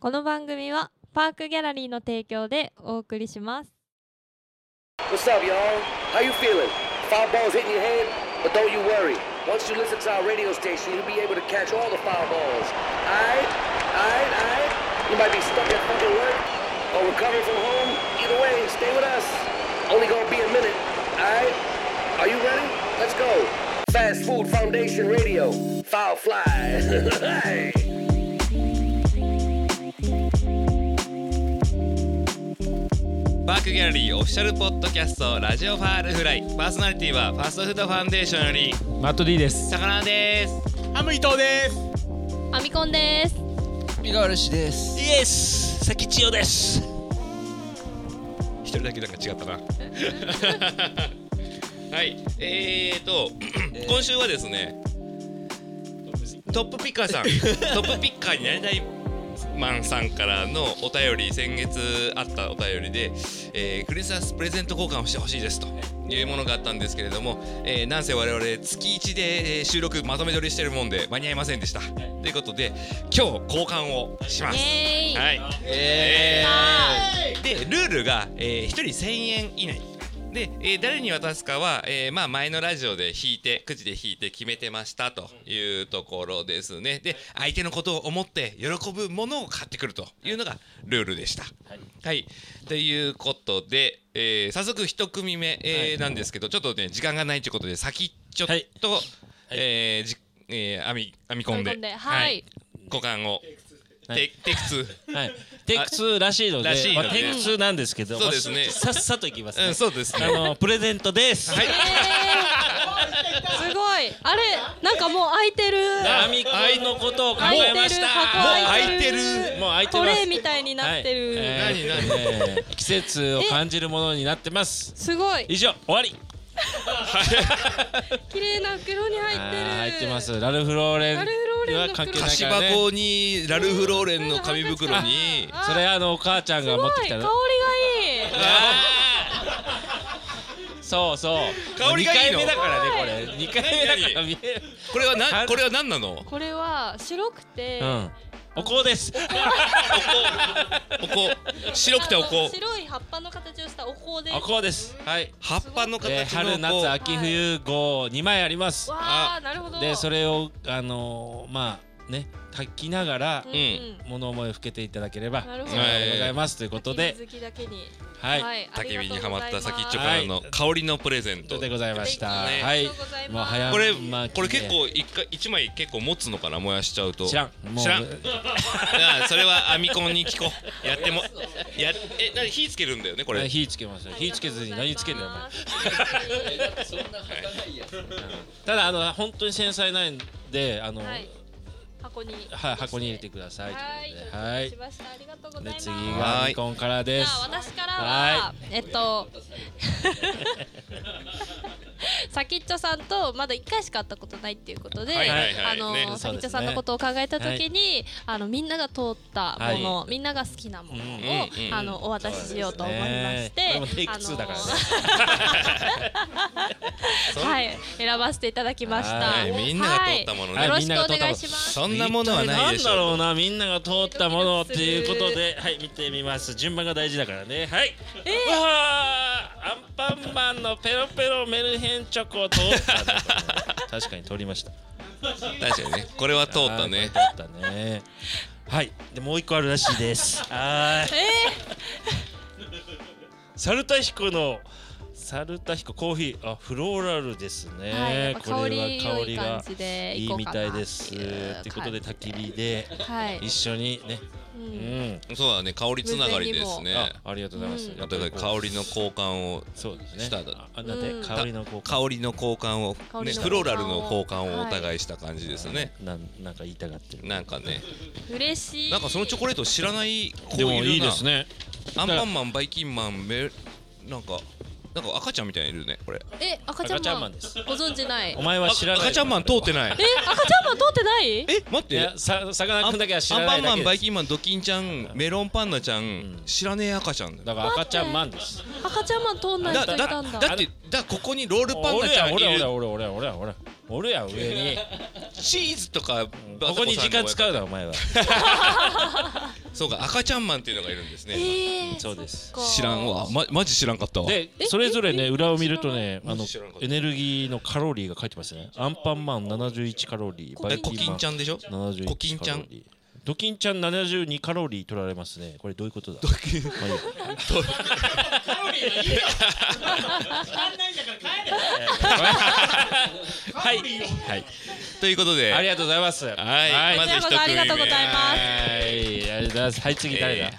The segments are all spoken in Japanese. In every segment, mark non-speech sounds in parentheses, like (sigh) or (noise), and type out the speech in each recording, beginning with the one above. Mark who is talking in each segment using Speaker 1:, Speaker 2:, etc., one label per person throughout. Speaker 1: この番組はパークギャラリーの提供でお送りします。
Speaker 2: What's up, y'all? How you feeling? Foul balls hitting your head? But don't you worry. Once you listen to our radio station, you'll be able to catch all the foul balls. Aight? Aight? Aight? You might be stuck at fucking work or recovering from home. Either way, stay with us. Only gonna be a minute. Aight? Are you ready? Let's go. Fast Food Foundation Radio. Foul fly. (laughs) Hey.
Speaker 3: パークギャラリーオフィシャルポッドキャストラジオファールフライパーソナリティはファーストフードファンデーションより
Speaker 4: マット D です。
Speaker 3: 魚です
Speaker 5: ハム伊藤です。
Speaker 1: アミコンです。
Speaker 5: イエス。さきちよです。
Speaker 3: 一人だけなんか違ったなはいえーと今週はですねトップピッカーさんトップピッカーになりたいマンさんからのお便り先月あったお便りで、えークリスマスプレゼント交換をしてほしいですというものがあったんですけれども、えーなんせ我々月1でえー収録まとめ撮りしてるもんで間に合いませんでしたということで今日交換をします
Speaker 1: イエーイ
Speaker 3: はい、えーでルールが、えー、1人1000円以内で、えー誰に渡すかは、えーまあ、前のラジオで引いてくじで引いて決めてましたというところですねで相手のことを思って喜ぶものを買ってくるというのがルールでした。はい、ということで、えー早速1組目、えーなんですけどちょっとね時間がないということで先ちょっと、えーじえー編み編み込んで
Speaker 1: 編み込んではい
Speaker 3: 股間を。
Speaker 4: はい
Speaker 3: テテイクツー
Speaker 4: はい。テイクツーらしいので、
Speaker 3: らしいので
Speaker 4: まあテイクツーなんですけど、
Speaker 3: そうですね
Speaker 4: まあさっさといきます、
Speaker 3: うん、
Speaker 4: ね。
Speaker 3: そうですね。
Speaker 4: あのプレゼントです。
Speaker 3: はい。
Speaker 1: すごいあれなんかもう開いてる
Speaker 4: アミコンのことを考
Speaker 1: 開い
Speaker 4: え
Speaker 1: て
Speaker 4: ま
Speaker 1: る
Speaker 4: した。
Speaker 1: 箱
Speaker 3: もう開いてる
Speaker 4: もう開いて
Speaker 1: ト
Speaker 4: ます。
Speaker 1: レーみたいになってる、
Speaker 4: はいえー
Speaker 3: 何
Speaker 4: えー季節を感じるものになってます。
Speaker 1: すごい
Speaker 4: 以上終わり。
Speaker 1: 綺麗な袋に入ってる
Speaker 4: あー入ってます。ラルフローレン
Speaker 1: ラルフローレンの
Speaker 4: は関係
Speaker 3: 菓
Speaker 4: ない
Speaker 3: 子
Speaker 4: からね。
Speaker 3: 箱にラルフローレンの紙袋に
Speaker 1: あ
Speaker 4: それあのお母ちゃん
Speaker 1: す
Speaker 4: が
Speaker 1: ご
Speaker 4: 持
Speaker 1: い
Speaker 4: ってき
Speaker 1: 香
Speaker 4: た
Speaker 1: り
Speaker 4: の
Speaker 1: が。いい
Speaker 3: あ
Speaker 4: そうそう。
Speaker 3: 香りがいいの
Speaker 4: 二回目だからねこれ。二回目だから見える。
Speaker 3: ーこれはなこれは何なの？
Speaker 1: これは白くて、
Speaker 4: うん。お香です。
Speaker 3: おこ白くておこ
Speaker 1: 白い葉っぱの形をしたお香で
Speaker 4: お香です。はい。
Speaker 3: 葉っぱの形の
Speaker 4: えー、春
Speaker 3: お
Speaker 4: 夏
Speaker 3: 香
Speaker 4: 秋冬号二枚あります。
Speaker 1: わあなるほど
Speaker 4: でそれをあのー、まあね書きながら
Speaker 1: うん、
Speaker 4: 物思いをふけていただければ
Speaker 1: なるほ
Speaker 4: 幸
Speaker 1: ど
Speaker 4: いでございますということで
Speaker 1: 焚、き火好きだけに
Speaker 4: はい、
Speaker 3: 焚き火にはまった先っちょ
Speaker 1: ょ
Speaker 3: からの香りのプレゼン
Speaker 4: と
Speaker 3: ト
Speaker 4: いうこと。でございました。
Speaker 1: 素
Speaker 3: 敵
Speaker 4: は
Speaker 1: あり
Speaker 4: い
Speaker 1: がとうござい、
Speaker 4: もう
Speaker 1: ます
Speaker 4: 早
Speaker 3: これ
Speaker 4: 巻きで
Speaker 3: これ結構一回一枚結構持つのかな燃やしちゃうと
Speaker 4: 知らん。もう
Speaker 3: 知らんあそれはアミコンに聞こ
Speaker 4: (laughs)
Speaker 3: うやってもやえなに火つけるんだよねこれ
Speaker 4: 火つけますよ。火つけずに何つけんだよお前。ただあの本当に繊細ないんであの、は
Speaker 1: はい
Speaker 4: (laughs)
Speaker 1: い、箱に
Speaker 4: 箱に入れてください。
Speaker 1: はい
Speaker 4: ということでは
Speaker 1: し
Speaker 4: い。
Speaker 1: ましたありがとうござい
Speaker 4: で
Speaker 1: ます
Speaker 4: 次がニコンからで
Speaker 1: じゃ
Speaker 4: す。
Speaker 1: あ私からは、
Speaker 4: は
Speaker 1: えっと (laughs) 先っちょさんとまだ1回しか会ったことないっていうことで、
Speaker 3: はいはいは
Speaker 1: あ
Speaker 3: い
Speaker 1: の、
Speaker 3: ね
Speaker 1: 先っちょさんのことを考えた時に、あのみんなが通ったもの、
Speaker 4: はい
Speaker 1: みんなが好きなものを、
Speaker 4: うんう
Speaker 3: う
Speaker 4: ん
Speaker 3: ん
Speaker 1: あのお渡ししようと思いまして、
Speaker 4: そうですねこれもテイクツーだからね
Speaker 1: あのはい選ばせていただきました、
Speaker 3: はいみんなが通ったものね
Speaker 1: はいよろしく
Speaker 4: みんなが通
Speaker 1: お
Speaker 4: ったもの
Speaker 1: 願いします
Speaker 3: そんなものはないでしょ
Speaker 4: なんだろうなみんなが通ったものっていうことではい見てみます順番が大事だからねはい、うわーアンパンマンのペロペロメルヘンチョコを通ったね (laughs) 確かに通りました
Speaker 3: 確かにねこれは通ったね
Speaker 4: あーこれ通ったねはいでもう一個あるらしいですはーい
Speaker 1: え
Speaker 4: サルタヒコのサルタヒココーヒーあフローラルですね、
Speaker 1: ーはい、やっぱ
Speaker 4: こ
Speaker 1: 香
Speaker 4: れは
Speaker 1: り良
Speaker 4: 香
Speaker 1: い
Speaker 4: り
Speaker 1: 感
Speaker 4: が
Speaker 1: じで
Speaker 4: い
Speaker 1: い
Speaker 4: い
Speaker 1: こう
Speaker 4: み
Speaker 1: か
Speaker 4: た
Speaker 1: ないっていう
Speaker 4: ですということで焚き火で
Speaker 1: はい
Speaker 4: 一、緒にね
Speaker 1: う
Speaker 4: うんん
Speaker 3: そうだね香りつながりですね
Speaker 4: あありがとうございます。
Speaker 1: うん
Speaker 4: や
Speaker 3: あ
Speaker 4: っぱ
Speaker 3: と
Speaker 4: り
Speaker 3: 香
Speaker 4: こう
Speaker 3: りの交換を
Speaker 4: そうですね。
Speaker 3: しただ
Speaker 4: あなんで
Speaker 1: うん
Speaker 4: 香りのこう
Speaker 3: 香りの交換を
Speaker 1: 香りの交換を
Speaker 3: ねフローラルの交換をお互いした感じですね、
Speaker 4: なんなんか言いたがってる。
Speaker 3: なんかね
Speaker 1: 嬉しい
Speaker 3: なんかそのチョコレート知らない子い
Speaker 4: で
Speaker 3: る
Speaker 4: も
Speaker 3: ない
Speaker 4: いですね。
Speaker 3: アンパンマンバイキンマンめなんかなんか赤ちゃんみたいにいるねこれ
Speaker 1: え赤ちゃんマン
Speaker 4: 赤ちゃんマンです
Speaker 1: ご存知ない
Speaker 4: お前は知らない。
Speaker 3: 赤ちゃんマン通って
Speaker 4: い。
Speaker 3: ない
Speaker 4: (laughs)
Speaker 1: え赤ちゃんマン通ってない
Speaker 3: え待っ
Speaker 4: い
Speaker 3: て
Speaker 4: やささかなクンだけは知
Speaker 3: ア
Speaker 4: ら
Speaker 3: ン
Speaker 4: な
Speaker 3: パ
Speaker 4: い
Speaker 3: ン
Speaker 4: だ
Speaker 3: マ
Speaker 4: け
Speaker 3: ン
Speaker 4: で
Speaker 3: バイ
Speaker 4: す。
Speaker 3: キンマンドキンちゃんメロンパンナちゃん、知らねえ赤ちゃんだよ
Speaker 4: だから赤ちゃんマンです。
Speaker 1: 赤ちゃんマン通んない
Speaker 3: だ
Speaker 1: 人
Speaker 3: だ
Speaker 1: いたんだ
Speaker 3: だってだここにロールパンナ
Speaker 4: 俺
Speaker 3: ちゃ
Speaker 4: や
Speaker 3: んい
Speaker 4: 俺や俺や
Speaker 3: る
Speaker 4: 俺や俺や俺や俺や俺や上に
Speaker 3: チーズとか
Speaker 4: ここに時間使うなお前は。
Speaker 3: そうか赤ちゃんマンっていうのがいるんですね、
Speaker 1: えー
Speaker 4: そうです
Speaker 1: そっか
Speaker 3: 知らんわまマジ知らんかったわ
Speaker 4: で
Speaker 1: え
Speaker 4: それぞれね
Speaker 1: え
Speaker 4: 裏を見るとねあ
Speaker 3: マ
Speaker 4: の
Speaker 3: ジ知らんかった
Speaker 4: エネルギーのカロリーが書いてますねアンパンマン71カロリー
Speaker 1: こ
Speaker 4: バ
Speaker 3: え
Speaker 4: イ
Speaker 3: コ
Speaker 4: キン
Speaker 3: キ
Speaker 4: マ
Speaker 3: ン
Speaker 4: ン
Speaker 3: ちゃんでしょ
Speaker 4: 71
Speaker 3: コキンちゃん
Speaker 4: カロリードキンちゃん72カロリー取られますねこれどういうことだまあいいや
Speaker 6: カロリーがいいよ。足んないんだから帰れ。
Speaker 4: (laughs) はいはい
Speaker 3: ということで
Speaker 4: ありがとうございますはい
Speaker 3: はいまず一組目
Speaker 1: ありがとうございます
Speaker 4: はいありがとうございますはい次誰だ
Speaker 3: え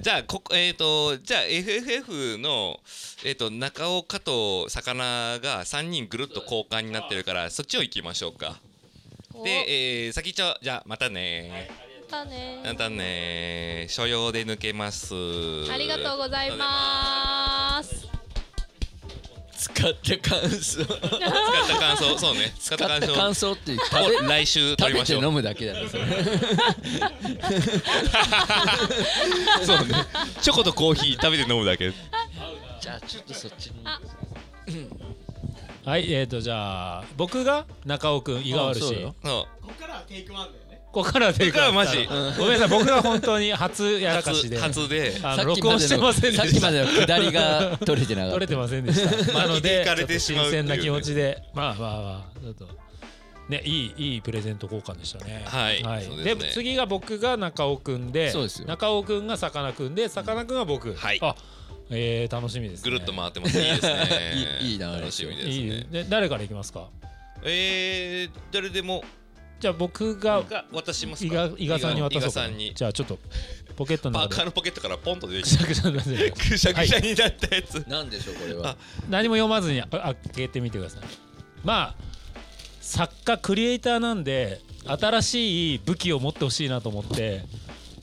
Speaker 3: ーじゃあこえっ、とじゃあ FFF のえっ、と中尾加藤魚が三人ぐるっと交換になってるからそっちを行きましょうか。
Speaker 1: お
Speaker 3: で、えー、先ちょじゃあまたね
Speaker 1: またね
Speaker 3: またね所用で抜けます。
Speaker 1: ありがとうございます
Speaker 5: 使った感想
Speaker 3: す。使った感想そうね使った
Speaker 5: 使っ
Speaker 3: 感
Speaker 5: た
Speaker 3: 想
Speaker 5: (laughs) 感
Speaker 3: を
Speaker 5: 想って (laughs) 食べ
Speaker 3: 来週取り
Speaker 5: 食べ
Speaker 3: ま
Speaker 5: て
Speaker 3: しょう
Speaker 5: 飲。むだけだねそれ
Speaker 3: (laughs) そうねチョコとコーヒー食べて飲むだけ。
Speaker 5: じゃあちょっとそっちに
Speaker 7: はいえーとじゃあ僕が中尾くん伊川る
Speaker 5: あそう
Speaker 7: し
Speaker 5: よ
Speaker 3: そ
Speaker 6: こっからはテイクワンだよね。
Speaker 7: ここからで
Speaker 3: う。これはマジ
Speaker 7: ごめんなさい僕が本当に初
Speaker 3: (laughs)
Speaker 7: やらかし
Speaker 3: 初
Speaker 7: で
Speaker 3: 初で。
Speaker 7: あ
Speaker 5: さ
Speaker 7: の
Speaker 5: っき
Speaker 7: 録
Speaker 5: ま
Speaker 7: 音して
Speaker 5: で
Speaker 7: ま
Speaker 5: の
Speaker 7: せんで
Speaker 5: さっ
Speaker 7: し
Speaker 5: き
Speaker 7: た
Speaker 5: までの下りが取れてなか
Speaker 7: 取
Speaker 5: っ
Speaker 7: れ
Speaker 5: た
Speaker 7: てませんでしたなの
Speaker 3: 巻いて
Speaker 7: で
Speaker 3: いかれてしまう
Speaker 7: 新
Speaker 3: っていう
Speaker 7: 鮮
Speaker 3: ね
Speaker 7: な気持ちでまあまあまあちょっとねいいいいプレゼント交換でしたね
Speaker 3: はいそうで
Speaker 7: です
Speaker 3: ね
Speaker 7: 次が僕が中尾くんで
Speaker 5: そうですよ。
Speaker 7: 中尾くんがさかなクンでさかなクンが僕
Speaker 3: はい
Speaker 7: あえー楽しみです
Speaker 3: ぐ
Speaker 7: ね
Speaker 3: るっと回って (laughs) ます。いいですね
Speaker 5: いいいい流れ
Speaker 3: 楽しみですね。
Speaker 7: いいで誰からいきますか
Speaker 3: えー、誰でも
Speaker 7: じゃあ僕が
Speaker 3: が渡します
Speaker 7: 伊
Speaker 3: か
Speaker 7: 賀伊賀さんに渡
Speaker 3: 伊
Speaker 7: そう
Speaker 3: 賀
Speaker 7: か
Speaker 3: さ
Speaker 7: なん
Speaker 3: に
Speaker 7: じゃあちょっとポケットの
Speaker 3: パーカー
Speaker 7: 中で
Speaker 3: のポケットからポンと出て
Speaker 7: く
Speaker 3: き
Speaker 7: したゃくしゃになってる
Speaker 3: ぐしゃぐしゃになったやつ、
Speaker 5: なんでしょうこれは
Speaker 7: (laughs) 何も読まずにあ開けてみてくださいまあ作家クリエイターなんで新しい武器を持ってほしいなと思って、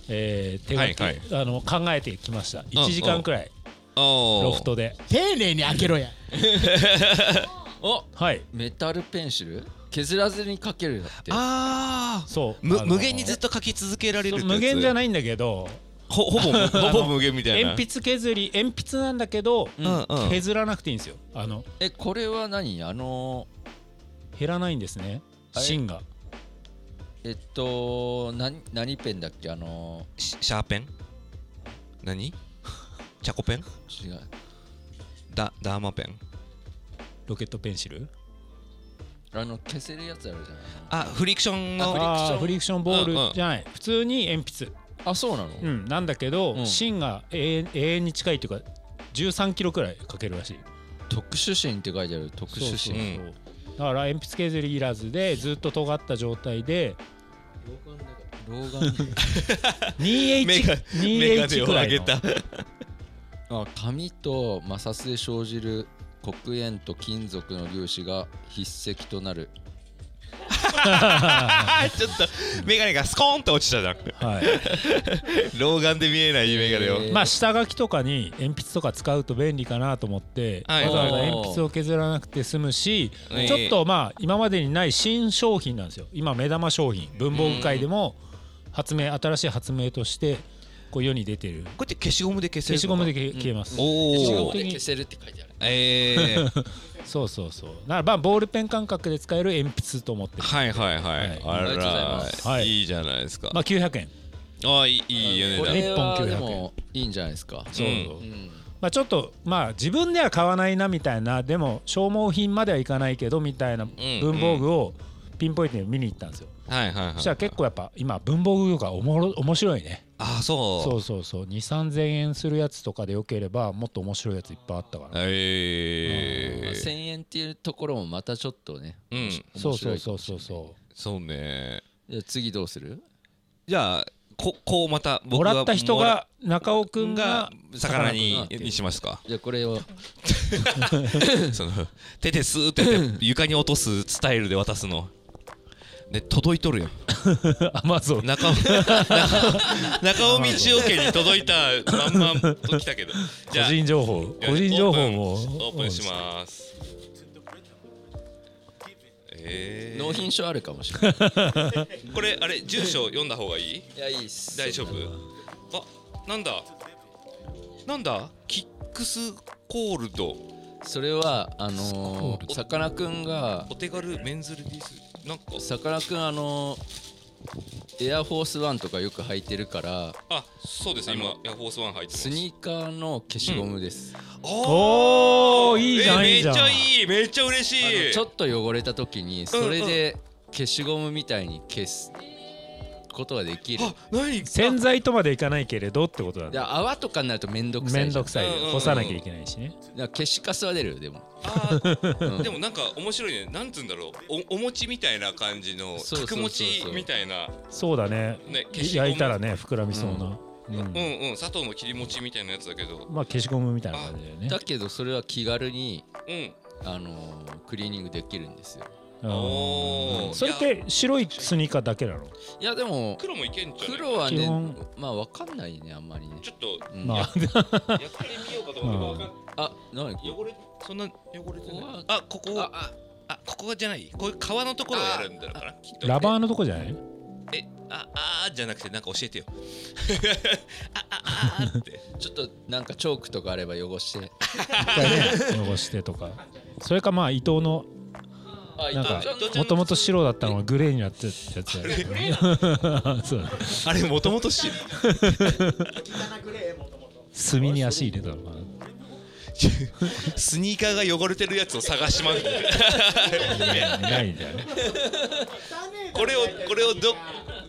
Speaker 7: えー手書き、
Speaker 3: はい
Speaker 7: あの考えてきました
Speaker 3: うん
Speaker 7: 1時間くらい
Speaker 3: (laughs) おー
Speaker 7: ロフトで
Speaker 6: 丁寧に開けろ
Speaker 3: (laughs)
Speaker 6: や。
Speaker 5: お
Speaker 7: はい
Speaker 5: メタルペンシル削らずに書けるだって
Speaker 3: あー
Speaker 7: そう
Speaker 3: む
Speaker 7: あの
Speaker 3: 無限にずっと書き続けられる
Speaker 7: そう無限じゃ
Speaker 3: い
Speaker 7: ないんだけど
Speaker 3: ほほ (laughs) ぼほぼ無限みたいな
Speaker 7: 鉛筆削り鉛筆なんだけど、
Speaker 3: うんうん
Speaker 7: 削らなくていいんですよあの
Speaker 5: えこれは何あの
Speaker 7: 減らないんですね
Speaker 5: あれ
Speaker 7: 芯が
Speaker 5: えっと何何ペンだっけあの
Speaker 3: シシャーペン何チャコペン
Speaker 5: 違う
Speaker 3: ダダーマペン
Speaker 7: ロケットペンシル
Speaker 5: あの消せるやつあるじゃない
Speaker 3: あフリクションの
Speaker 7: あーフリクションボ
Speaker 3: うん
Speaker 7: ー
Speaker 3: うん
Speaker 7: ルじゃない、普通に鉛筆
Speaker 5: あそうなの
Speaker 7: うん、なんだけど、
Speaker 5: うん
Speaker 7: 芯が永遠永遠に近いというか13キロくらいかけるらしい
Speaker 5: 特殊芯って書いてある特殊
Speaker 7: そうそうそう
Speaker 5: 芯
Speaker 7: だから鉛筆削りいらずでずっと尖った状態
Speaker 3: (laughs)
Speaker 7: で
Speaker 5: 老眼
Speaker 7: 2H,
Speaker 3: メガネ
Speaker 7: 2H
Speaker 3: を
Speaker 7: くら
Speaker 3: 上
Speaker 7: い
Speaker 3: げ
Speaker 7: の
Speaker 3: た
Speaker 5: あ紙と摩擦で生じる黒鉛と金属の粒子が筆跡となる
Speaker 3: あーちょっとメガネがスコーンと落ちたじゃん
Speaker 7: はい、
Speaker 3: 老眼で見 (laughs) えないメガネを、
Speaker 5: えー
Speaker 7: まあ下書きとかに鉛筆とか使うと便利かなと思って、
Speaker 3: はい
Speaker 7: わざわざ
Speaker 5: おー
Speaker 7: 鉛筆を削らなくて済むし、
Speaker 3: ええ
Speaker 7: ちょっとまあ今までにない新商品なんですよ今目玉商品文房具界でも発明新しい発明としてこう世に出てる
Speaker 3: こうやって消しゴムで消せ
Speaker 7: 消
Speaker 3: る
Speaker 7: しゴムで消え消えます、
Speaker 3: おお
Speaker 7: ー
Speaker 5: 消せるって書いてある
Speaker 3: えー、
Speaker 7: そうそうそうだからまあボールペン感覚で使える鉛筆と思ってる
Speaker 3: はいはいはい、
Speaker 7: は
Speaker 5: ありがとうございま
Speaker 3: あら、、
Speaker 7: はいい
Speaker 3: いじゃないですか、
Speaker 7: まあ900円
Speaker 3: あいいいいよね
Speaker 5: こ
Speaker 7: れ
Speaker 5: れは
Speaker 7: 一本900
Speaker 5: でもいいんじゃないですか
Speaker 7: そう、
Speaker 3: う
Speaker 5: うん
Speaker 7: まあちょっとまあ自分では買わないなみたいなでも消耗品まではいかないけどみたいな文房具をピンポイントで見に行ったんですよ、
Speaker 3: はいはいはい
Speaker 7: そしたら結構やっぱ今文房具業がおもろ面白いね
Speaker 3: あそう
Speaker 7: そうそうそう2 3 0円するやつとかでよければもっと面白いやついっぱいあったから、
Speaker 5: まあ
Speaker 3: えー、
Speaker 5: 1000円っていうところもまたちょっとね
Speaker 3: うん
Speaker 5: 面白いか
Speaker 7: そ
Speaker 5: も
Speaker 7: う
Speaker 5: しれ
Speaker 7: そ
Speaker 5: な
Speaker 7: う
Speaker 5: い
Speaker 7: そうそうそ
Speaker 3: そうね
Speaker 5: じゃあ次どうする
Speaker 3: じゃあここうまた
Speaker 7: うも
Speaker 3: 僕が
Speaker 7: らった人が中尾くんが
Speaker 3: 魚に
Speaker 5: 魚君が
Speaker 3: にしますか
Speaker 5: じゃあこれを
Speaker 3: その手でスーってやって (laughs) 床に落とすスタイルで渡すので届いとるよ
Speaker 7: アマゾン
Speaker 3: 中尾 (laughs) 中尾道夫家に届いたまんまと来たけど
Speaker 7: 個
Speaker 3: じゃあ
Speaker 7: 人情報個人情報も
Speaker 3: オープンオープンしますえー、
Speaker 5: 納品書あるかもしれない
Speaker 3: これあれ住所読んだ方がいい
Speaker 5: (laughs) いやいいっす
Speaker 3: 大丈夫あなんだなんだキックスコールド
Speaker 5: それはあのーさかなクンが
Speaker 3: お手軽メンズレディースなんか
Speaker 5: さかなクンあのーエアフォースワンとかよく履いてるから
Speaker 3: あそうですね今エアフォースワン履いてます
Speaker 5: スニーカーの消しゴムです、
Speaker 7: おーいいじゃん
Speaker 3: え
Speaker 7: いいじゃん
Speaker 3: めっちゃいいめっちゃ嬉
Speaker 5: あ
Speaker 3: しい
Speaker 5: のちょっと汚れた時にそれで消しゴムみたいに消すことができる、
Speaker 3: あ何
Speaker 7: 洗剤とまでいかないけれどってことなん
Speaker 5: で
Speaker 7: だ
Speaker 5: 泡とかになると面倒くさ
Speaker 7: め
Speaker 5: い
Speaker 7: ん
Speaker 5: じゃ
Speaker 7: ど
Speaker 5: ん
Speaker 7: くさいよ
Speaker 3: うんうんうん
Speaker 7: 干さなきゃいけないしね
Speaker 5: だから消しカスは出るよでも
Speaker 3: あー
Speaker 5: うん
Speaker 3: でもなんか面白いねなんつうんだろうおお餅みたいな感じの
Speaker 5: そうそうそうそ
Speaker 3: 角
Speaker 5: う
Speaker 3: 餅みたいな
Speaker 7: そうだね
Speaker 3: ね消しゴム
Speaker 7: 焼いたらね膨らみそうなう
Speaker 3: うん
Speaker 7: ん
Speaker 3: うん砂糖の切り餅みたいなやつだけど
Speaker 7: まあ消しゴムみたいな感じだよね
Speaker 5: だけどそれは気軽に
Speaker 3: うん
Speaker 5: あのークリーニングできるんですよ
Speaker 7: うん
Speaker 3: おー
Speaker 7: それっ
Speaker 3: いや
Speaker 7: て白いスニーカーだけなの
Speaker 5: いやでも
Speaker 3: 黒もいけんじゃない
Speaker 5: 黒は
Speaker 7: 基
Speaker 5: ね
Speaker 7: 本
Speaker 5: まあわかんないねあんまりね
Speaker 3: ちょっと
Speaker 5: うん
Speaker 7: まあ
Speaker 3: やってみようかと思ってわか
Speaker 5: あ何
Speaker 3: ん汚れそんな汚れてない
Speaker 5: ここは
Speaker 3: あここ
Speaker 5: ああ
Speaker 3: あここじゃないこういう皮のところをやるんだろうからきっと
Speaker 7: ラバーのとこじゃない
Speaker 3: えああーじゃなくてなんか教えてよ (laughs) ああああって
Speaker 5: ちょっとなんかチョークとかあれば汚して
Speaker 7: 汚してとかそれかまあ伊藤の
Speaker 5: あ
Speaker 7: なんか
Speaker 3: 伊藤ちゃんの
Speaker 7: もともと白だったのがグレーになってたやつだよね (laughs) そうだね
Speaker 3: あれもともとし
Speaker 6: 汚くれもともと
Speaker 7: 墨に足入れたのかな
Speaker 3: スニーカーが汚れてるやつを探しまくる
Speaker 7: ないんだよね
Speaker 3: これをこれをど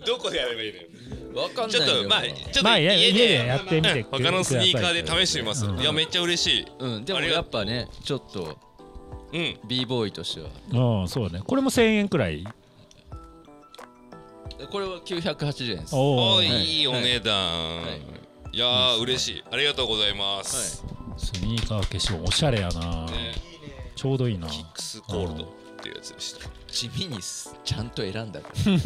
Speaker 3: どこでやればいいのよ
Speaker 5: わかん
Speaker 3: ちょ
Speaker 5: な
Speaker 3: っ
Speaker 5: いよ
Speaker 3: とまあちょっと
Speaker 7: まあいや
Speaker 3: 家
Speaker 7: 家
Speaker 3: で
Speaker 7: でやってみて
Speaker 3: 他のスニーカーで試してみます
Speaker 7: うん
Speaker 3: いやめっちゃ嬉しい
Speaker 5: うんでも
Speaker 3: ありが
Speaker 5: やっぱねちょっと
Speaker 3: うん
Speaker 5: b ボーイとしては
Speaker 7: うんそうだねこれも1000円くらい
Speaker 5: これは980円ですは
Speaker 7: お
Speaker 3: お
Speaker 7: お
Speaker 3: ー
Speaker 5: はい
Speaker 3: いいお値段
Speaker 5: い
Speaker 3: いやー嬉しいありがとうございます
Speaker 7: スニーカー消しゴムおしゃれやな
Speaker 3: ね
Speaker 7: ちょうどいいな
Speaker 3: キックスゴールドっていうやつでした
Speaker 5: 地味にすちゃんと選んだから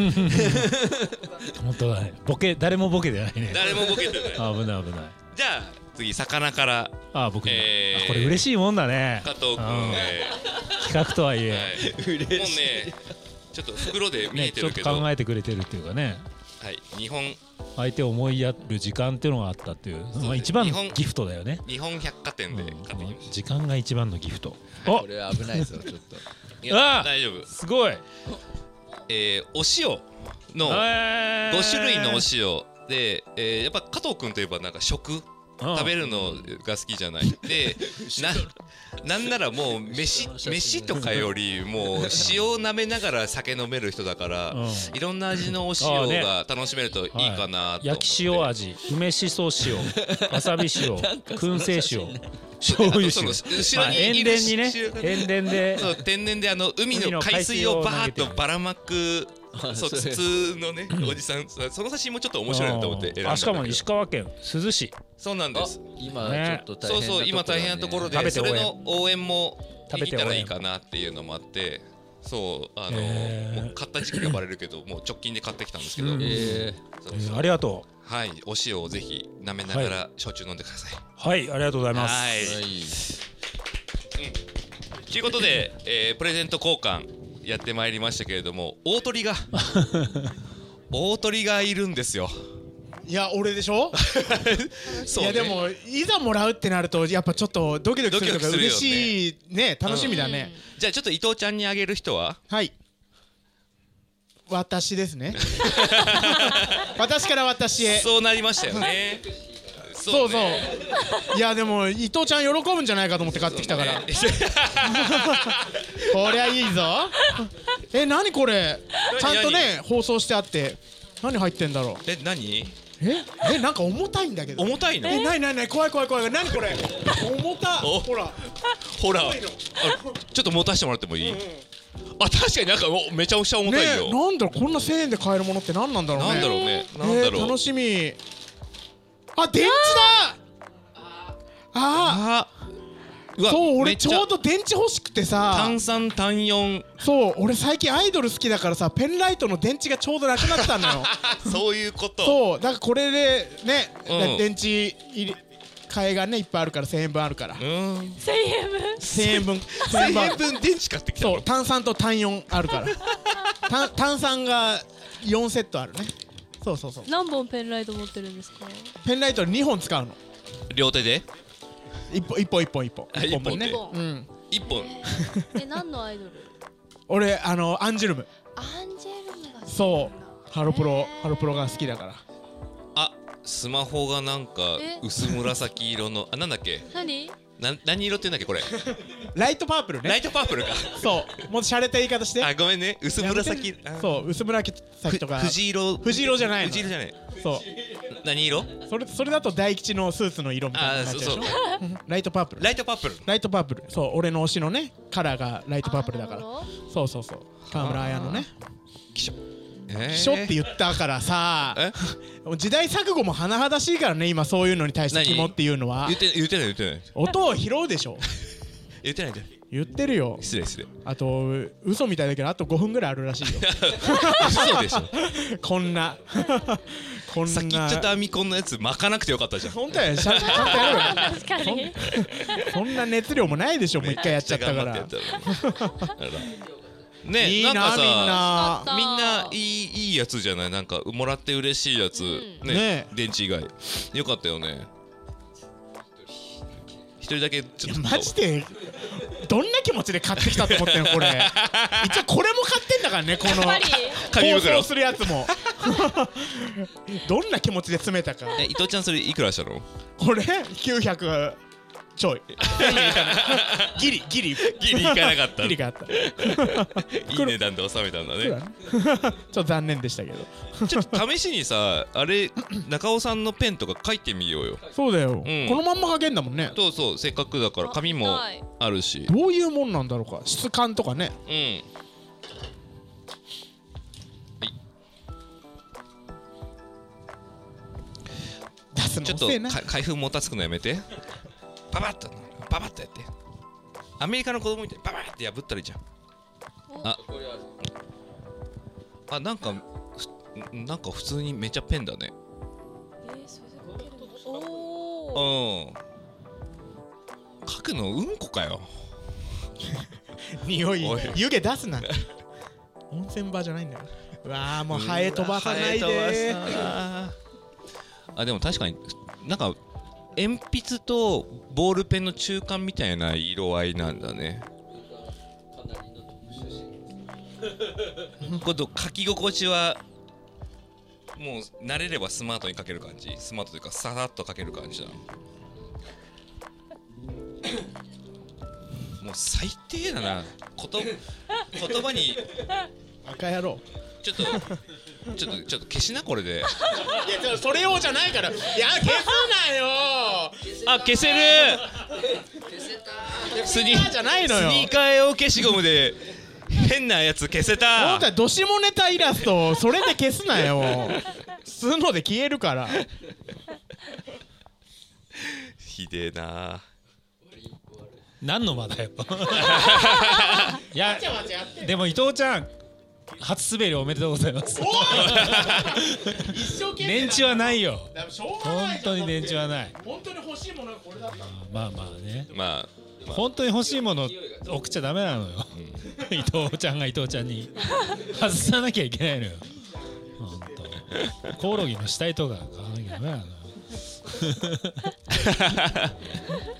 Speaker 7: 本当だねボケ誰もボケてないね
Speaker 3: 誰もボケて
Speaker 7: (laughs)
Speaker 3: ない
Speaker 7: あ危ない危ない
Speaker 3: じゃあ次魚から
Speaker 7: あ僕に
Speaker 3: えー
Speaker 7: あこれ嬉しいもんだね
Speaker 3: 加藤君
Speaker 7: うん
Speaker 3: ね
Speaker 7: 企画とはい
Speaker 3: は
Speaker 7: え
Speaker 3: いもうねちょっと袋で見
Speaker 7: ね
Speaker 3: えて
Speaker 7: ちょ
Speaker 3: る
Speaker 7: っ
Speaker 3: け
Speaker 7: と
Speaker 3: ど
Speaker 7: 考
Speaker 3: は
Speaker 7: えてくれてるっていうかね
Speaker 3: い日本
Speaker 7: 相手を思いやる時間っていうのがあったっていう
Speaker 3: す
Speaker 7: まあ一番
Speaker 3: 日
Speaker 7: の
Speaker 3: 本
Speaker 7: ギフトだよね
Speaker 3: 日本百貨店で買ってきまし
Speaker 7: 時間が一番のギフトあ
Speaker 5: (laughs) これは危ないぞちょっと
Speaker 3: たいや
Speaker 7: あ
Speaker 3: 大丈夫
Speaker 7: すごい
Speaker 3: えーお塩の
Speaker 7: 5
Speaker 3: 5種類のお塩で、えーやっぱ加藤君といえばなんか食食べ
Speaker 7: る
Speaker 3: るのが好きじゃないで
Speaker 7: (laughs)
Speaker 3: ななんならもう飯飯とかよりもう塩を舐めながら酒飲める人だから、
Speaker 7: うん
Speaker 3: いろんな味のお
Speaker 7: あー
Speaker 3: 塩
Speaker 7: ね
Speaker 3: が楽しめるといいかなと思って、
Speaker 7: 焼き塩味梅しそ塩
Speaker 3: (laughs)
Speaker 7: わさび塩燻製塩醤油
Speaker 3: あとその
Speaker 7: 塩
Speaker 3: 後
Speaker 7: ま
Speaker 3: ろ
Speaker 7: あ
Speaker 3: にい
Speaker 7: 塩
Speaker 3: る
Speaker 7: 田にね
Speaker 3: 塩が
Speaker 7: 塩田で
Speaker 3: そう天然であの海
Speaker 7: 海
Speaker 3: の
Speaker 7: の
Speaker 3: 海
Speaker 7: 海
Speaker 3: 水
Speaker 7: 水
Speaker 3: を
Speaker 7: を
Speaker 3: バーッ
Speaker 7: 投げて
Speaker 3: と
Speaker 7: る
Speaker 3: ばらま
Speaker 7: (laughs)
Speaker 3: く
Speaker 5: あ
Speaker 3: そう
Speaker 5: それ
Speaker 3: 普通のねおじさんその写真もちょっと面白いなと思って選んだんだけど
Speaker 7: あしかも石川県珠洲市
Speaker 3: そうなんで
Speaker 5: あ
Speaker 3: す
Speaker 5: 今
Speaker 7: ね
Speaker 5: ちょっと大変なところだ
Speaker 3: そう
Speaker 5: ね
Speaker 3: そう今大変なところ
Speaker 7: 食
Speaker 3: で
Speaker 7: べて
Speaker 3: そ
Speaker 7: 応
Speaker 3: れ
Speaker 7: 援
Speaker 3: の応援もで
Speaker 7: 食べ
Speaker 3: き
Speaker 7: て応援
Speaker 3: たらいいかなっていうのもあってそうあの
Speaker 7: へー
Speaker 3: もう買った時期がバレるけどもう直近で買ってきたんですけど
Speaker 7: うん
Speaker 5: え
Speaker 3: そう
Speaker 7: え
Speaker 3: そう
Speaker 7: ーありがとう
Speaker 3: はいお塩をぜひ舐めながら焼酎飲んでください
Speaker 7: はいありがとうございます
Speaker 3: はい
Speaker 5: ーはい
Speaker 3: ということでえープレゼント交換やってまいりましたけれども大鳥が大鳥がいるんですよ
Speaker 6: いや俺でしょ
Speaker 3: そうね
Speaker 6: いやでもいざもらうってなるとやっぱちょっとドキドキするとか
Speaker 3: ドキドキ
Speaker 6: 嬉
Speaker 3: するよね
Speaker 6: しいね楽しみだね、
Speaker 3: じゃあちょっと伊藤ちゃんにあげる人は
Speaker 6: はい私ですね私から私へ
Speaker 3: そうなりましたよねそ
Speaker 6: そうそういやでも伊藤ちゃん喜ぶんじゃないかと思って買ってきたから、
Speaker 3: ね
Speaker 6: こりゃいいぞえ何これちゃんとね放送してあって何入ってんだろう
Speaker 3: え何
Speaker 6: ええなんか重たいんだけど
Speaker 3: 重たいの
Speaker 6: えないないない怖い怖い怖い何これ重た
Speaker 3: お
Speaker 6: ほら
Speaker 3: ほらあ
Speaker 6: いの
Speaker 3: ちょっと持たせてもらってもいい、あ確かになんかおめちゃくちゃ重たい
Speaker 6: ね
Speaker 3: よ、
Speaker 6: なんだろうこんな1000円で買えるものって何なんだろうね
Speaker 3: なんだろうね、なんだ
Speaker 6: え
Speaker 3: ろう、
Speaker 6: ー楽しみあ電池だあ
Speaker 3: あう
Speaker 6: あ
Speaker 3: わ
Speaker 6: そう
Speaker 3: め
Speaker 6: 俺
Speaker 3: っ
Speaker 6: ち
Speaker 3: ちゃ
Speaker 6: ょうど電池欲しくてさ
Speaker 3: 炭酸炭四
Speaker 6: そう俺最近アイドル好きだからさペンライトの電池がちょうどなくなったのよ
Speaker 3: (laughs) そういうこと
Speaker 6: そうだからこれでね、
Speaker 3: うん
Speaker 6: 電池入れ替えがねいっぱいあるから1000円分あるから、
Speaker 3: うーん
Speaker 1: 千円分 (laughs)
Speaker 6: 1000
Speaker 3: (laughs)
Speaker 6: 円分1000
Speaker 3: 1000
Speaker 6: 円分あ
Speaker 3: 円
Speaker 6: る
Speaker 3: 分電池買ってきた
Speaker 6: そ
Speaker 3: の
Speaker 6: う炭酸と単4あるから炭炭酸が4セットあるねそうそうそう
Speaker 1: 何本ペンライト持ってるんですか
Speaker 6: ペンライト2本使うの
Speaker 3: 両手で
Speaker 6: 一本一本一本一本
Speaker 3: あ一本
Speaker 6: 分ね
Speaker 3: 一
Speaker 1: 本
Speaker 6: うん
Speaker 3: 一本
Speaker 1: (laughs) え何のアイドル
Speaker 6: 俺あのアンジュルム
Speaker 1: アンジェルムが好きなんだ
Speaker 6: そうハロプロハロプロが好きだから
Speaker 3: あスマホがなんか
Speaker 1: え
Speaker 3: 薄紫色のあなんだっけ
Speaker 7: (laughs)
Speaker 1: 何
Speaker 3: な何色って言うんだっけこ
Speaker 6: (laughs)
Speaker 3: れ
Speaker 6: ライトパープル
Speaker 3: ラ
Speaker 6: ね
Speaker 3: イトパープルか
Speaker 6: そうもっと洒落た言い方して
Speaker 3: あごめんね薄紫あ
Speaker 6: そう薄紫とか
Speaker 3: 藤色
Speaker 6: 藤色じゃないの
Speaker 3: 藤色じゃない
Speaker 6: そ
Speaker 3: 何色
Speaker 6: うそれそれだと大吉のスーツの色みたいな
Speaker 3: あ
Speaker 6: 感
Speaker 3: そ
Speaker 6: じ
Speaker 3: う
Speaker 6: で
Speaker 3: そう
Speaker 6: しょライトパープル
Speaker 3: ライトパープル
Speaker 6: ライトパープルそう俺の推しのねカラーがライトパープルだからそうそうそう河村綾のね「秘書」って言ったからさ
Speaker 3: え
Speaker 6: 時代錯誤も甚だしいからね今そういうのに対して
Speaker 3: 何
Speaker 6: 肝っていうのは
Speaker 3: 言って言ってない言ってない
Speaker 6: 音を拾うでしょ
Speaker 3: 言ってない言ってない
Speaker 6: 言ってるよ
Speaker 3: 失礼失 (laughs) 礼
Speaker 6: あと嘘みたいだけどあと5分ぐらいあるらしい
Speaker 3: (laughs)
Speaker 6: よ
Speaker 3: 嘘でしょ
Speaker 6: こ
Speaker 3: (laughs)
Speaker 6: んなこんな
Speaker 3: さっき言っちゃったアミコンのやつ巻かなくてよかったじゃん
Speaker 6: 本当
Speaker 3: (laughs)
Speaker 6: やちゃんちゃんとやるわ
Speaker 1: 確かに
Speaker 6: そんな熱量もないでしょもう一回やっちゃったから
Speaker 3: めちゃ頑張ってやったのにあらね
Speaker 6: いいなみん
Speaker 3: んかさ
Speaker 6: な
Speaker 3: みんないいいいやつじゃないなんかもらって嬉しいやつ、
Speaker 1: うん
Speaker 3: ね
Speaker 6: ねえ
Speaker 3: 電池以外よかったよね一人だけちょっと
Speaker 6: マジでどんな気持ちで買ってきたと思ってんの
Speaker 3: (laughs)
Speaker 6: これ一応これも買ってんだからねこの
Speaker 1: やっぱり
Speaker 3: 紙
Speaker 6: 放
Speaker 3: 袋
Speaker 6: 送するやつ
Speaker 3: (laughs)
Speaker 6: もどんな気持ちで詰めたか
Speaker 3: え伊藤ちゃんそれいくらしたの
Speaker 6: これ900ちょいギリ (laughs) ギリ
Speaker 3: ギ (laughs) リいかなかった
Speaker 6: ギリがあった
Speaker 3: いい値段で収めたんだね
Speaker 6: (laughs) ちょっと残念でしたけど
Speaker 3: ちょっと試しにさあれ中尾さんのペンとか書いてみようよ
Speaker 6: そうだよ、
Speaker 3: うん
Speaker 6: このまんま書けんだもんね
Speaker 3: そうそうせっかくだから紙も
Speaker 1: はい
Speaker 3: あるし
Speaker 6: どういうもんなんだろうか質感とかね
Speaker 3: うん
Speaker 6: 出す
Speaker 3: ちょっ
Speaker 6: の遅
Speaker 3: と
Speaker 6: えな
Speaker 3: か開封もたつくのやめてパパッとパパッとやってアメリカの子供みたいにパパッて破ったらいいじゃんああなんかふなんか普通にめちゃペンだね
Speaker 1: おお
Speaker 3: うん書くのうんこかよ
Speaker 6: 匂い
Speaker 3: おい
Speaker 6: 湯気出すな温泉場じゃないんだようわあもうハエ飛ばさない
Speaker 3: う
Speaker 6: で
Speaker 3: わハエ飛ばさなあでも確かになんか鉛筆とボールペンの中間みたいな色合いなんだね今度書き心地はもう慣れればスマートに書ける感じスマートというかさらっと書ける感じだなもう最低だなこと (laughs) 言葉に
Speaker 6: 赤野郎
Speaker 3: ちょっと、ちょっと、ちょっと消しな、これで。
Speaker 6: いやでもそれ用じゃないからいや消すなよ
Speaker 3: あ、消せる。 (laughs) スニ
Speaker 6: じゃないのよ
Speaker 3: スニーカー用消しゴムで。変なやつ消せ
Speaker 6: 今
Speaker 3: た。
Speaker 6: 回どしもネタイラストをそれで消すなよ吸うので消えるから
Speaker 3: ひでえな。
Speaker 7: 何の間だ
Speaker 6: (laughs)
Speaker 7: よいやでも伊藤ちゃん初滑りおめでとうございます
Speaker 6: 一生懸
Speaker 7: 年中は (laughs) ないよ
Speaker 6: しょう
Speaker 7: 本当に年中はない
Speaker 6: 本当に欲しいものはこれだった
Speaker 7: まあまあね
Speaker 3: ま
Speaker 7: 本当に欲しいもの送っちゃダメなのよ伊藤ちゃんが伊藤ちゃんに外さなきゃいけないのよ本当コオロギの死体とか買わなきゃダメ (laughs) なのよ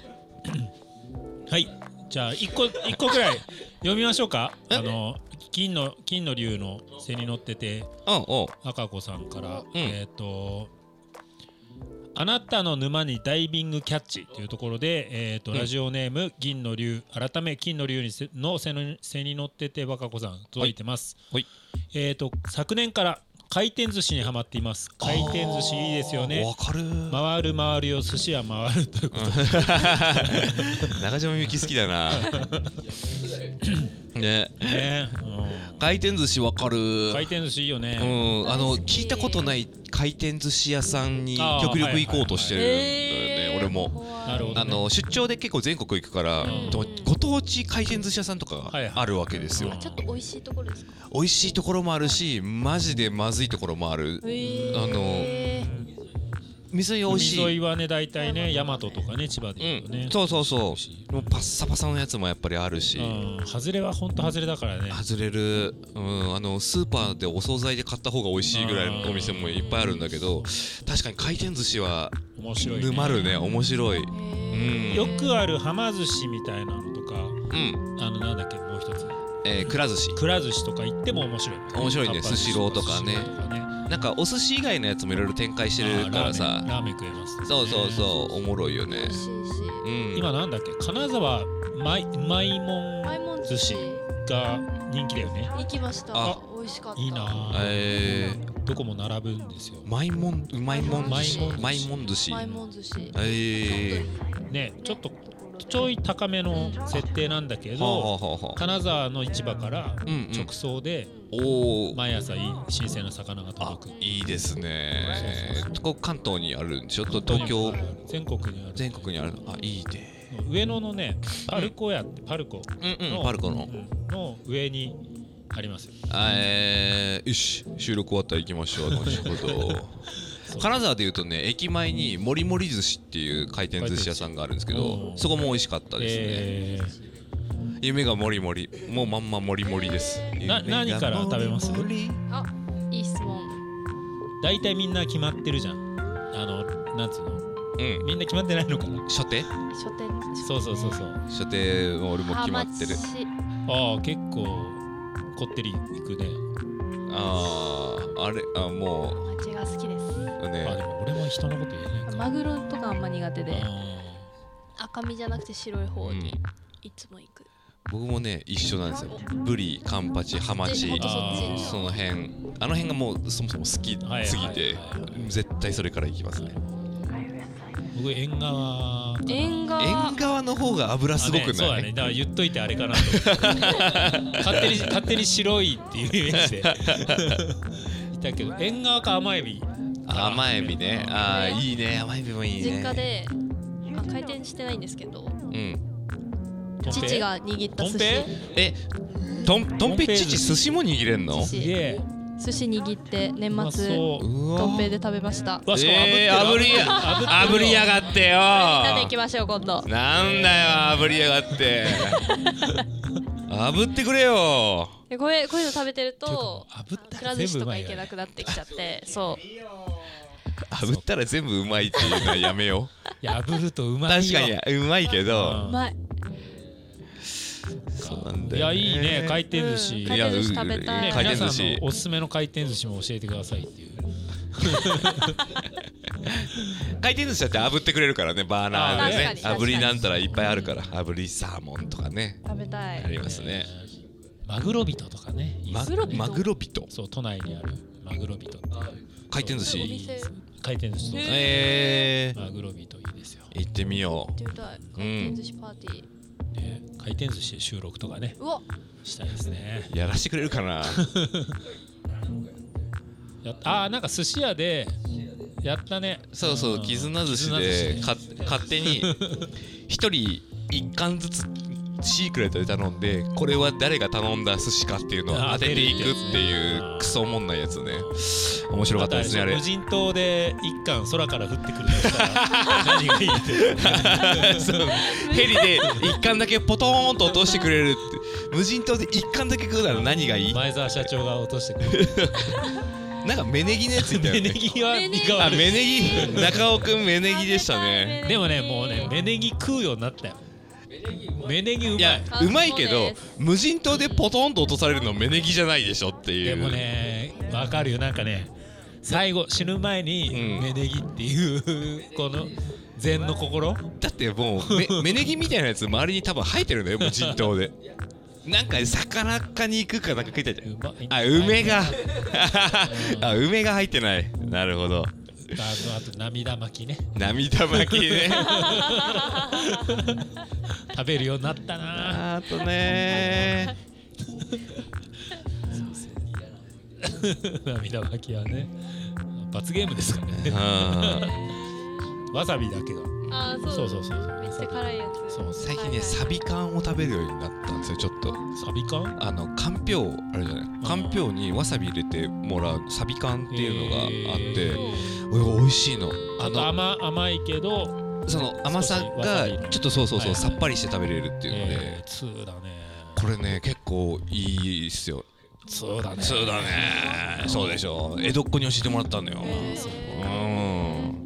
Speaker 7: はいじゃあ一個一個くらい読みましょうかあの金の金の竜の背に乗ってて
Speaker 3: あ。うん、おう。
Speaker 7: 赤子さんから、
Speaker 3: うん
Speaker 7: えっ、とあなたの沼にダイビングキャッチというところで、えーと
Speaker 3: うん
Speaker 7: ラジオネーム銀の竜改め金の竜にせの背の背に乗ってて若子さん届いてます、
Speaker 3: はい
Speaker 7: えっ、と昨年から回転寿司にはまっています回転寿司いいですよね
Speaker 3: わかる。
Speaker 7: 回る回るよ寿司は回るということで
Speaker 3: (laughs) 中島みゆき好きだな。 (coughs) ね。
Speaker 7: ね、うん
Speaker 3: 回転寿司わかる。
Speaker 7: 回転寿司いいよね、
Speaker 3: うん、あの聞いたことない回転寿司屋さんに
Speaker 7: あー
Speaker 3: 極力行こうとしてるんだよね、俺も。
Speaker 7: なるほど、ね、
Speaker 3: あの出張で結構全国行くから、
Speaker 7: うん
Speaker 3: とご当地回転寿司屋さんとか
Speaker 7: はいはい
Speaker 3: あるわけですよ、
Speaker 7: うん
Speaker 1: ちょっと美味しいところですか
Speaker 3: 美味しいところもあるしマジでまずいところもあるあ
Speaker 1: の
Speaker 3: 水に美味し
Speaker 7: 海沿
Speaker 3: い
Speaker 7: いはね大体ね大和とかね千葉でいうく
Speaker 3: ん、
Speaker 7: とね、
Speaker 3: そうそうそうもうパッサパサのやつもやっぱりあるし、
Speaker 7: うん、外れは本当外れだからね。
Speaker 3: 外れる、うん、あのスーパーでお惣菜で買った方が美味しいぐらいのお店もいっぱいあるんだけど確かに回転寿司は
Speaker 7: 面白い、ね。
Speaker 3: 沼るね面白い、うん
Speaker 7: よくあるはま寿司みたいなのとか、
Speaker 3: うん
Speaker 7: あのなんだっけもう一つ、
Speaker 3: えー、くら寿司
Speaker 7: くら寿司とか行っても面白い。
Speaker 3: 面白いね
Speaker 7: かっぱ寿司
Speaker 3: スシローとかね
Speaker 7: スシローとかね
Speaker 3: なんかお寿司以外のやつもいろいろ展開してるから
Speaker 7: あーラー
Speaker 3: さ
Speaker 7: メンラーメン食えます、
Speaker 3: そうそうそうおもろいよね
Speaker 1: 美味しいし
Speaker 3: うん
Speaker 7: 今なんだっけ金沢マイマイモ
Speaker 1: マイモン
Speaker 7: ン
Speaker 1: 寿
Speaker 7: 寿
Speaker 1: 司
Speaker 7: 司が人気だよね
Speaker 1: 行きました
Speaker 3: あ
Speaker 1: 美味しかった
Speaker 7: いいなあ
Speaker 3: えー、
Speaker 7: どこも並ぶんですよ
Speaker 3: マイモンうまいもん
Speaker 1: マ
Speaker 3: 寿
Speaker 1: イ
Speaker 3: 司
Speaker 1: モン
Speaker 3: マイモン寿司
Speaker 1: マイモン寿司
Speaker 3: えー、
Speaker 7: ねちょっとちょい高めの設定なんだけ
Speaker 3: はあは
Speaker 7: ど
Speaker 3: あはあはあ
Speaker 7: 金沢の市場から
Speaker 3: うんうん
Speaker 7: 直送で
Speaker 3: おお
Speaker 7: 毎朝い新鮮な魚が
Speaker 3: あ
Speaker 7: 届く
Speaker 3: いいですね
Speaker 7: そうそうそう
Speaker 3: ここ関東にあるんでしょと東京
Speaker 7: 全国にある
Speaker 3: 全国にあるのあいいね
Speaker 7: 上野のねパルコやってパルコ
Speaker 3: うんう
Speaker 7: の
Speaker 3: んパルコの
Speaker 7: うんの上にありますよ
Speaker 3: えー、よし収録終わったら行きましょう後 (laughs) ほど金沢でいうとね駅前にもりもり寿司っていう回転寿司屋さんがあるんですけど
Speaker 7: うん
Speaker 3: そこも美味しかったですね、
Speaker 7: えー
Speaker 3: 夢がもりもりもうまんまもりもりです
Speaker 7: な何から食べます
Speaker 1: あいい質問
Speaker 7: 大体みんな決まってるじゃんあのなんつうの
Speaker 3: うん
Speaker 7: みんな決まってないのかな
Speaker 3: 初手
Speaker 1: 書店
Speaker 7: そうそうそうそう
Speaker 3: 初手は俺も決まってる
Speaker 1: ハマチ
Speaker 7: ああ結構こってりいくね
Speaker 3: あーあれあも
Speaker 1: ハマチが好きです
Speaker 3: う
Speaker 7: あで
Speaker 3: ね
Speaker 7: も俺も人のこと言えないか
Speaker 1: マグロとかあんま苦手で
Speaker 7: あ
Speaker 1: 赤身じゃなくて白い方にいつも行く
Speaker 3: 僕もね一緒なんですよブリカンパチハマチ
Speaker 1: でほんとそっ
Speaker 7: あ
Speaker 1: ち
Speaker 3: その辺あの辺がもうそもそも好き
Speaker 7: はいはいはい
Speaker 3: すぎて絶対それからいきますね
Speaker 7: ー僕縁側かな
Speaker 1: 縁側
Speaker 3: 縁側の方が油すご
Speaker 7: あね
Speaker 3: く
Speaker 7: そう
Speaker 3: な
Speaker 7: だ
Speaker 3: い
Speaker 7: ねだから言っといてあれかな
Speaker 3: (laughs)
Speaker 7: と思って勝手に勝手に白いっていうイメージでいたけど縁側か甘エビ
Speaker 3: あ甘エビねあーいいね甘エビもいいね
Speaker 1: 実家であ回転してないんですけど
Speaker 3: うん
Speaker 7: トンペ
Speaker 1: 父が握った
Speaker 7: ト
Speaker 1: 寿司
Speaker 7: ンペ
Speaker 3: えとんとんぺい
Speaker 7: とんぺい
Speaker 3: ちち寿司も握れんの
Speaker 1: 寿
Speaker 7: すげ
Speaker 1: 司
Speaker 7: え
Speaker 1: 寿司握って
Speaker 7: う
Speaker 1: 年
Speaker 7: ま
Speaker 1: 末
Speaker 7: そう
Speaker 3: うわ
Speaker 1: とん平で食べました
Speaker 7: うわしかも炙ってる
Speaker 3: えー炙りや
Speaker 7: 炙
Speaker 3: 炙りやがってよ
Speaker 1: 食べ行きましょう今度
Speaker 3: なんだよ炙りやがって
Speaker 7: (laughs)
Speaker 3: 炙ってくれよ
Speaker 1: えこれこういうの食べてると
Speaker 7: 炙った
Speaker 1: く
Speaker 7: ら
Speaker 1: ら寿司
Speaker 7: 全部
Speaker 1: とか
Speaker 7: うまい
Speaker 1: 行け
Speaker 7: よ
Speaker 1: な
Speaker 7: ね
Speaker 1: くなってきちゃってそう
Speaker 3: 炙ったら全部うまいっていうのはやめよう
Speaker 7: いや炙ると (laughs) うまい
Speaker 3: 確
Speaker 7: よ
Speaker 3: かにうまいけど
Speaker 1: うまいう
Speaker 3: そうなんだ
Speaker 7: いや
Speaker 3: よね
Speaker 7: いいね回転寿司
Speaker 1: うん
Speaker 7: い
Speaker 1: 回
Speaker 7: や
Speaker 1: 転寿司食べた
Speaker 3: い
Speaker 1: い
Speaker 3: や
Speaker 7: 回
Speaker 3: 回
Speaker 7: 転
Speaker 3: 転寿
Speaker 7: 寿司
Speaker 3: 司
Speaker 7: おすすめの回転寿司も教えてくださいっていう
Speaker 3: 回転寿司だって炙ってくれるからねバーナーでね
Speaker 1: 確かに
Speaker 3: 炙りなんたらいっぱいあるから炙りサーモンとかね
Speaker 1: 食べた
Speaker 3: あ
Speaker 1: い
Speaker 3: りますね
Speaker 7: マグロ人とかねいいっ
Speaker 3: マ
Speaker 7: す
Speaker 1: グロ人
Speaker 3: マグロビト
Speaker 7: そう都内にあるマグロ人っていう
Speaker 3: 回転寿
Speaker 1: お
Speaker 3: 司
Speaker 1: 店行
Speaker 7: 回転寿司と
Speaker 3: えー
Speaker 7: マグロ人いいですよ
Speaker 3: 行ってみよ
Speaker 1: ってみたい回転寿司パーティー
Speaker 7: ね回転寿司で収録とかね
Speaker 1: うわ
Speaker 7: したいですね
Speaker 3: うやらしてくれるかな
Speaker 7: やっあーなんか寿司屋でやったね
Speaker 3: そうそう絆寿司でか勝手に一人一貫ずつシークレットで頼んでこれは誰が頼んだ寿司かっていうのを当てていくっていうクソおもんないやつね面白か
Speaker 7: あ
Speaker 3: った
Speaker 7: とあ
Speaker 3: で
Speaker 7: れ
Speaker 3: すねあれ
Speaker 7: 無人島で一貫空から降ってくるとしたら何がいいって
Speaker 3: (laughs) そうヘリで一貫だけポトーンと落としてくれるって無人島で一貫だけ食うなら何がいい
Speaker 7: 前澤社長が落としてくる
Speaker 3: なんかメネギのやついたよ
Speaker 7: メネ
Speaker 3: ね
Speaker 7: ギは
Speaker 1: メネギ
Speaker 7: 苦
Speaker 3: あ
Speaker 7: 悪い
Speaker 3: メネギ中尾くんメネギでしたね
Speaker 7: でもねもうねメネギ食うようになったよメネギうまい
Speaker 3: いや
Speaker 1: あ
Speaker 3: うまいけ
Speaker 1: そう
Speaker 3: ど
Speaker 1: です
Speaker 3: 無人島でポトンと落とされるのメネギじゃないでしょってい
Speaker 7: で
Speaker 3: う
Speaker 7: もねわかるよなんかね最後死ぬ前に
Speaker 3: うん
Speaker 7: メネギっていうこの禅の心
Speaker 3: だってもうめ (laughs) メネギみたいなやつ周りに多分生えてるんだよ無人島でなんか魚かに行くかなんか食いたいじゃん
Speaker 7: うまい
Speaker 3: あ梅が (laughs) あ梅が入ってないなるほど
Speaker 7: あと涙巻きね
Speaker 3: 涙巻き
Speaker 7: (laughs)
Speaker 3: ね
Speaker 7: 食べるようになったな (laughs)
Speaker 3: あとね
Speaker 7: 涙巻きはね罰ゲームですからね
Speaker 3: うん
Speaker 7: わさびだけど
Speaker 1: あーそ
Speaker 7: そううそうそうそう
Speaker 1: めっちゃ辛いやつ
Speaker 7: そう
Speaker 3: 最近ねサビ缶を食べるようになったんですよちょっと
Speaker 7: サビ缶
Speaker 3: あのかんぴょうあれじゃないかんぴょうにわさび入れてもらうサビ缶っていうのがあって、
Speaker 7: へ
Speaker 1: そう
Speaker 3: おい美味しいのあの
Speaker 7: 甘甘いけど
Speaker 3: その甘さ
Speaker 7: 少しわさ
Speaker 3: が
Speaker 7: びの
Speaker 3: ちょっとそうそうそう、
Speaker 7: はいはい
Speaker 3: さっぱりして食べれるっていうので、
Speaker 7: えーツーだね
Speaker 3: これね結構いいっすよ
Speaker 7: ツーだね
Speaker 3: そうだねそうでしょ江戸っ子に教えてもらったんだよ
Speaker 1: へ
Speaker 3: う
Speaker 1: ー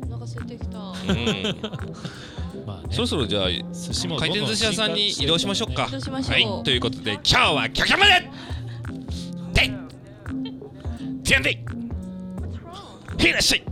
Speaker 3: ん
Speaker 1: お腹空いてきた
Speaker 3: うん、
Speaker 7: まあね
Speaker 3: そろそろじゃあ
Speaker 7: 寿司もど
Speaker 3: 回
Speaker 7: んどん
Speaker 3: 転寿司屋さんに移動しましょうか
Speaker 1: どうしましょう
Speaker 3: はいということで今日はキャキャまででてんてん
Speaker 6: へいらっしゃい